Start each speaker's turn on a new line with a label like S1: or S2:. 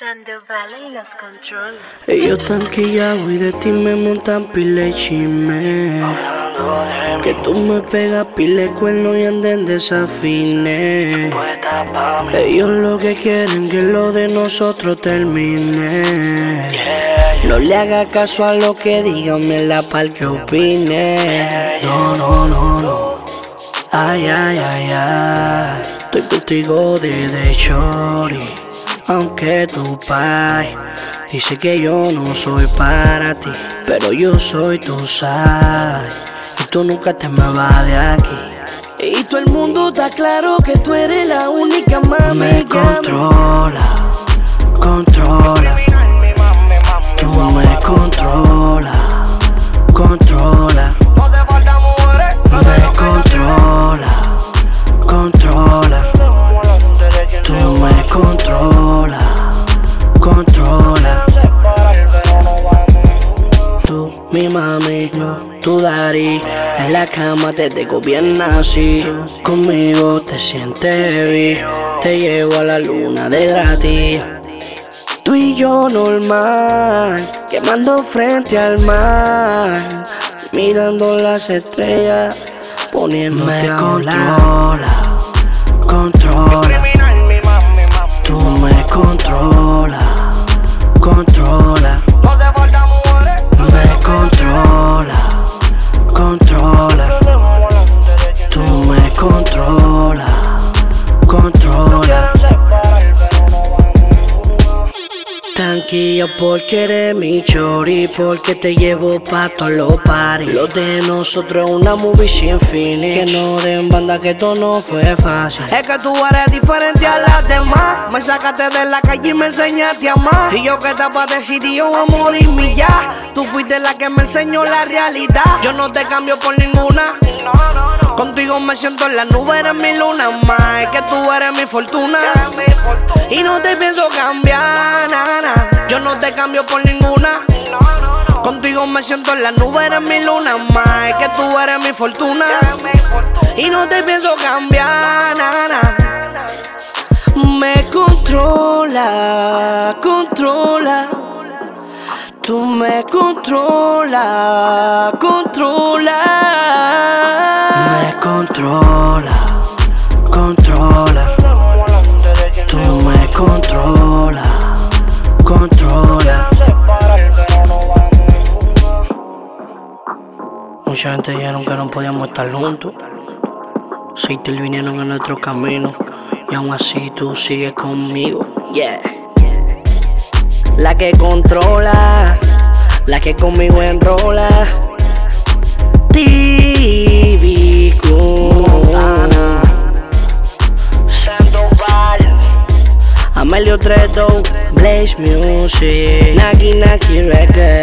S1: Sandoval en los controles.
S2: Ellos tanquillado y de ti me montan pile chisme. Que tú me pegas pile cuerno y anden desafines. Ellos lo que quieren que lo de nosotros termine. No le haga caso a lo que digan, me la pal que opine. No, no, no, no. Ay, ay, ay, ay. Estoy contigo desde Chori. Aunque tu pai dice que yo no soy para ti, pero yo soy tu sai. Y tú nunca te me vas de aquí. Y todo el mundo está claro que tú eres la única mami. Me
S3: que a mí-
S2: controla, controla. Tú me controla, controla. Me controla, controla. Tú me controla, controla. Tú, mi mami, yo, tú Dari. En la cama te tengo bien así. Tú Conmigo te sientes bien. Te llevo a la luna de gratis. Tú y yo normal, quemando frente al mar, mirando las estrellas, poniéndome
S3: Me
S2: a controla, controla. Tú me controla, controla. Me controla, controla. Tú me controla, controla. Tranquilo porque eres mi chori, porque te llevo pa' todos los paris. Lo de nosotros es una movie sin fin. Que no den banda que todo no fue fácil. Es que tú eres diferente a las demás. Me sacaste de la calle y me enseñaste a amar. Y yo que estaba decidido a morirme y ya. Tú fuiste la que me enseñó la realidad. Yo no te cambio por ninguna. Contigo me siento en la nube, eres mi luna más. Es que tú eres mi fortuna. Y no te pienso cambiar, na, na. Yo no te cambio por ninguna. Contigo me siento en la nube, eres mi luna más. Es que tú eres mi fortuna. Y no te pienso cambiar, na, na. Me controla, controla. Tú me controla, controla. Me controla, controla. Tú me controla, controla. Mucha gente dijeron que no podíamos estar juntos. Se intervinieron en nuestro camino. Y aún así tú sigues conmigo. Yeah. La que controla, la que conmigo enrola. TV Cruz. Montana. Amelio Treto, Blaze Music, Naki Naki Records.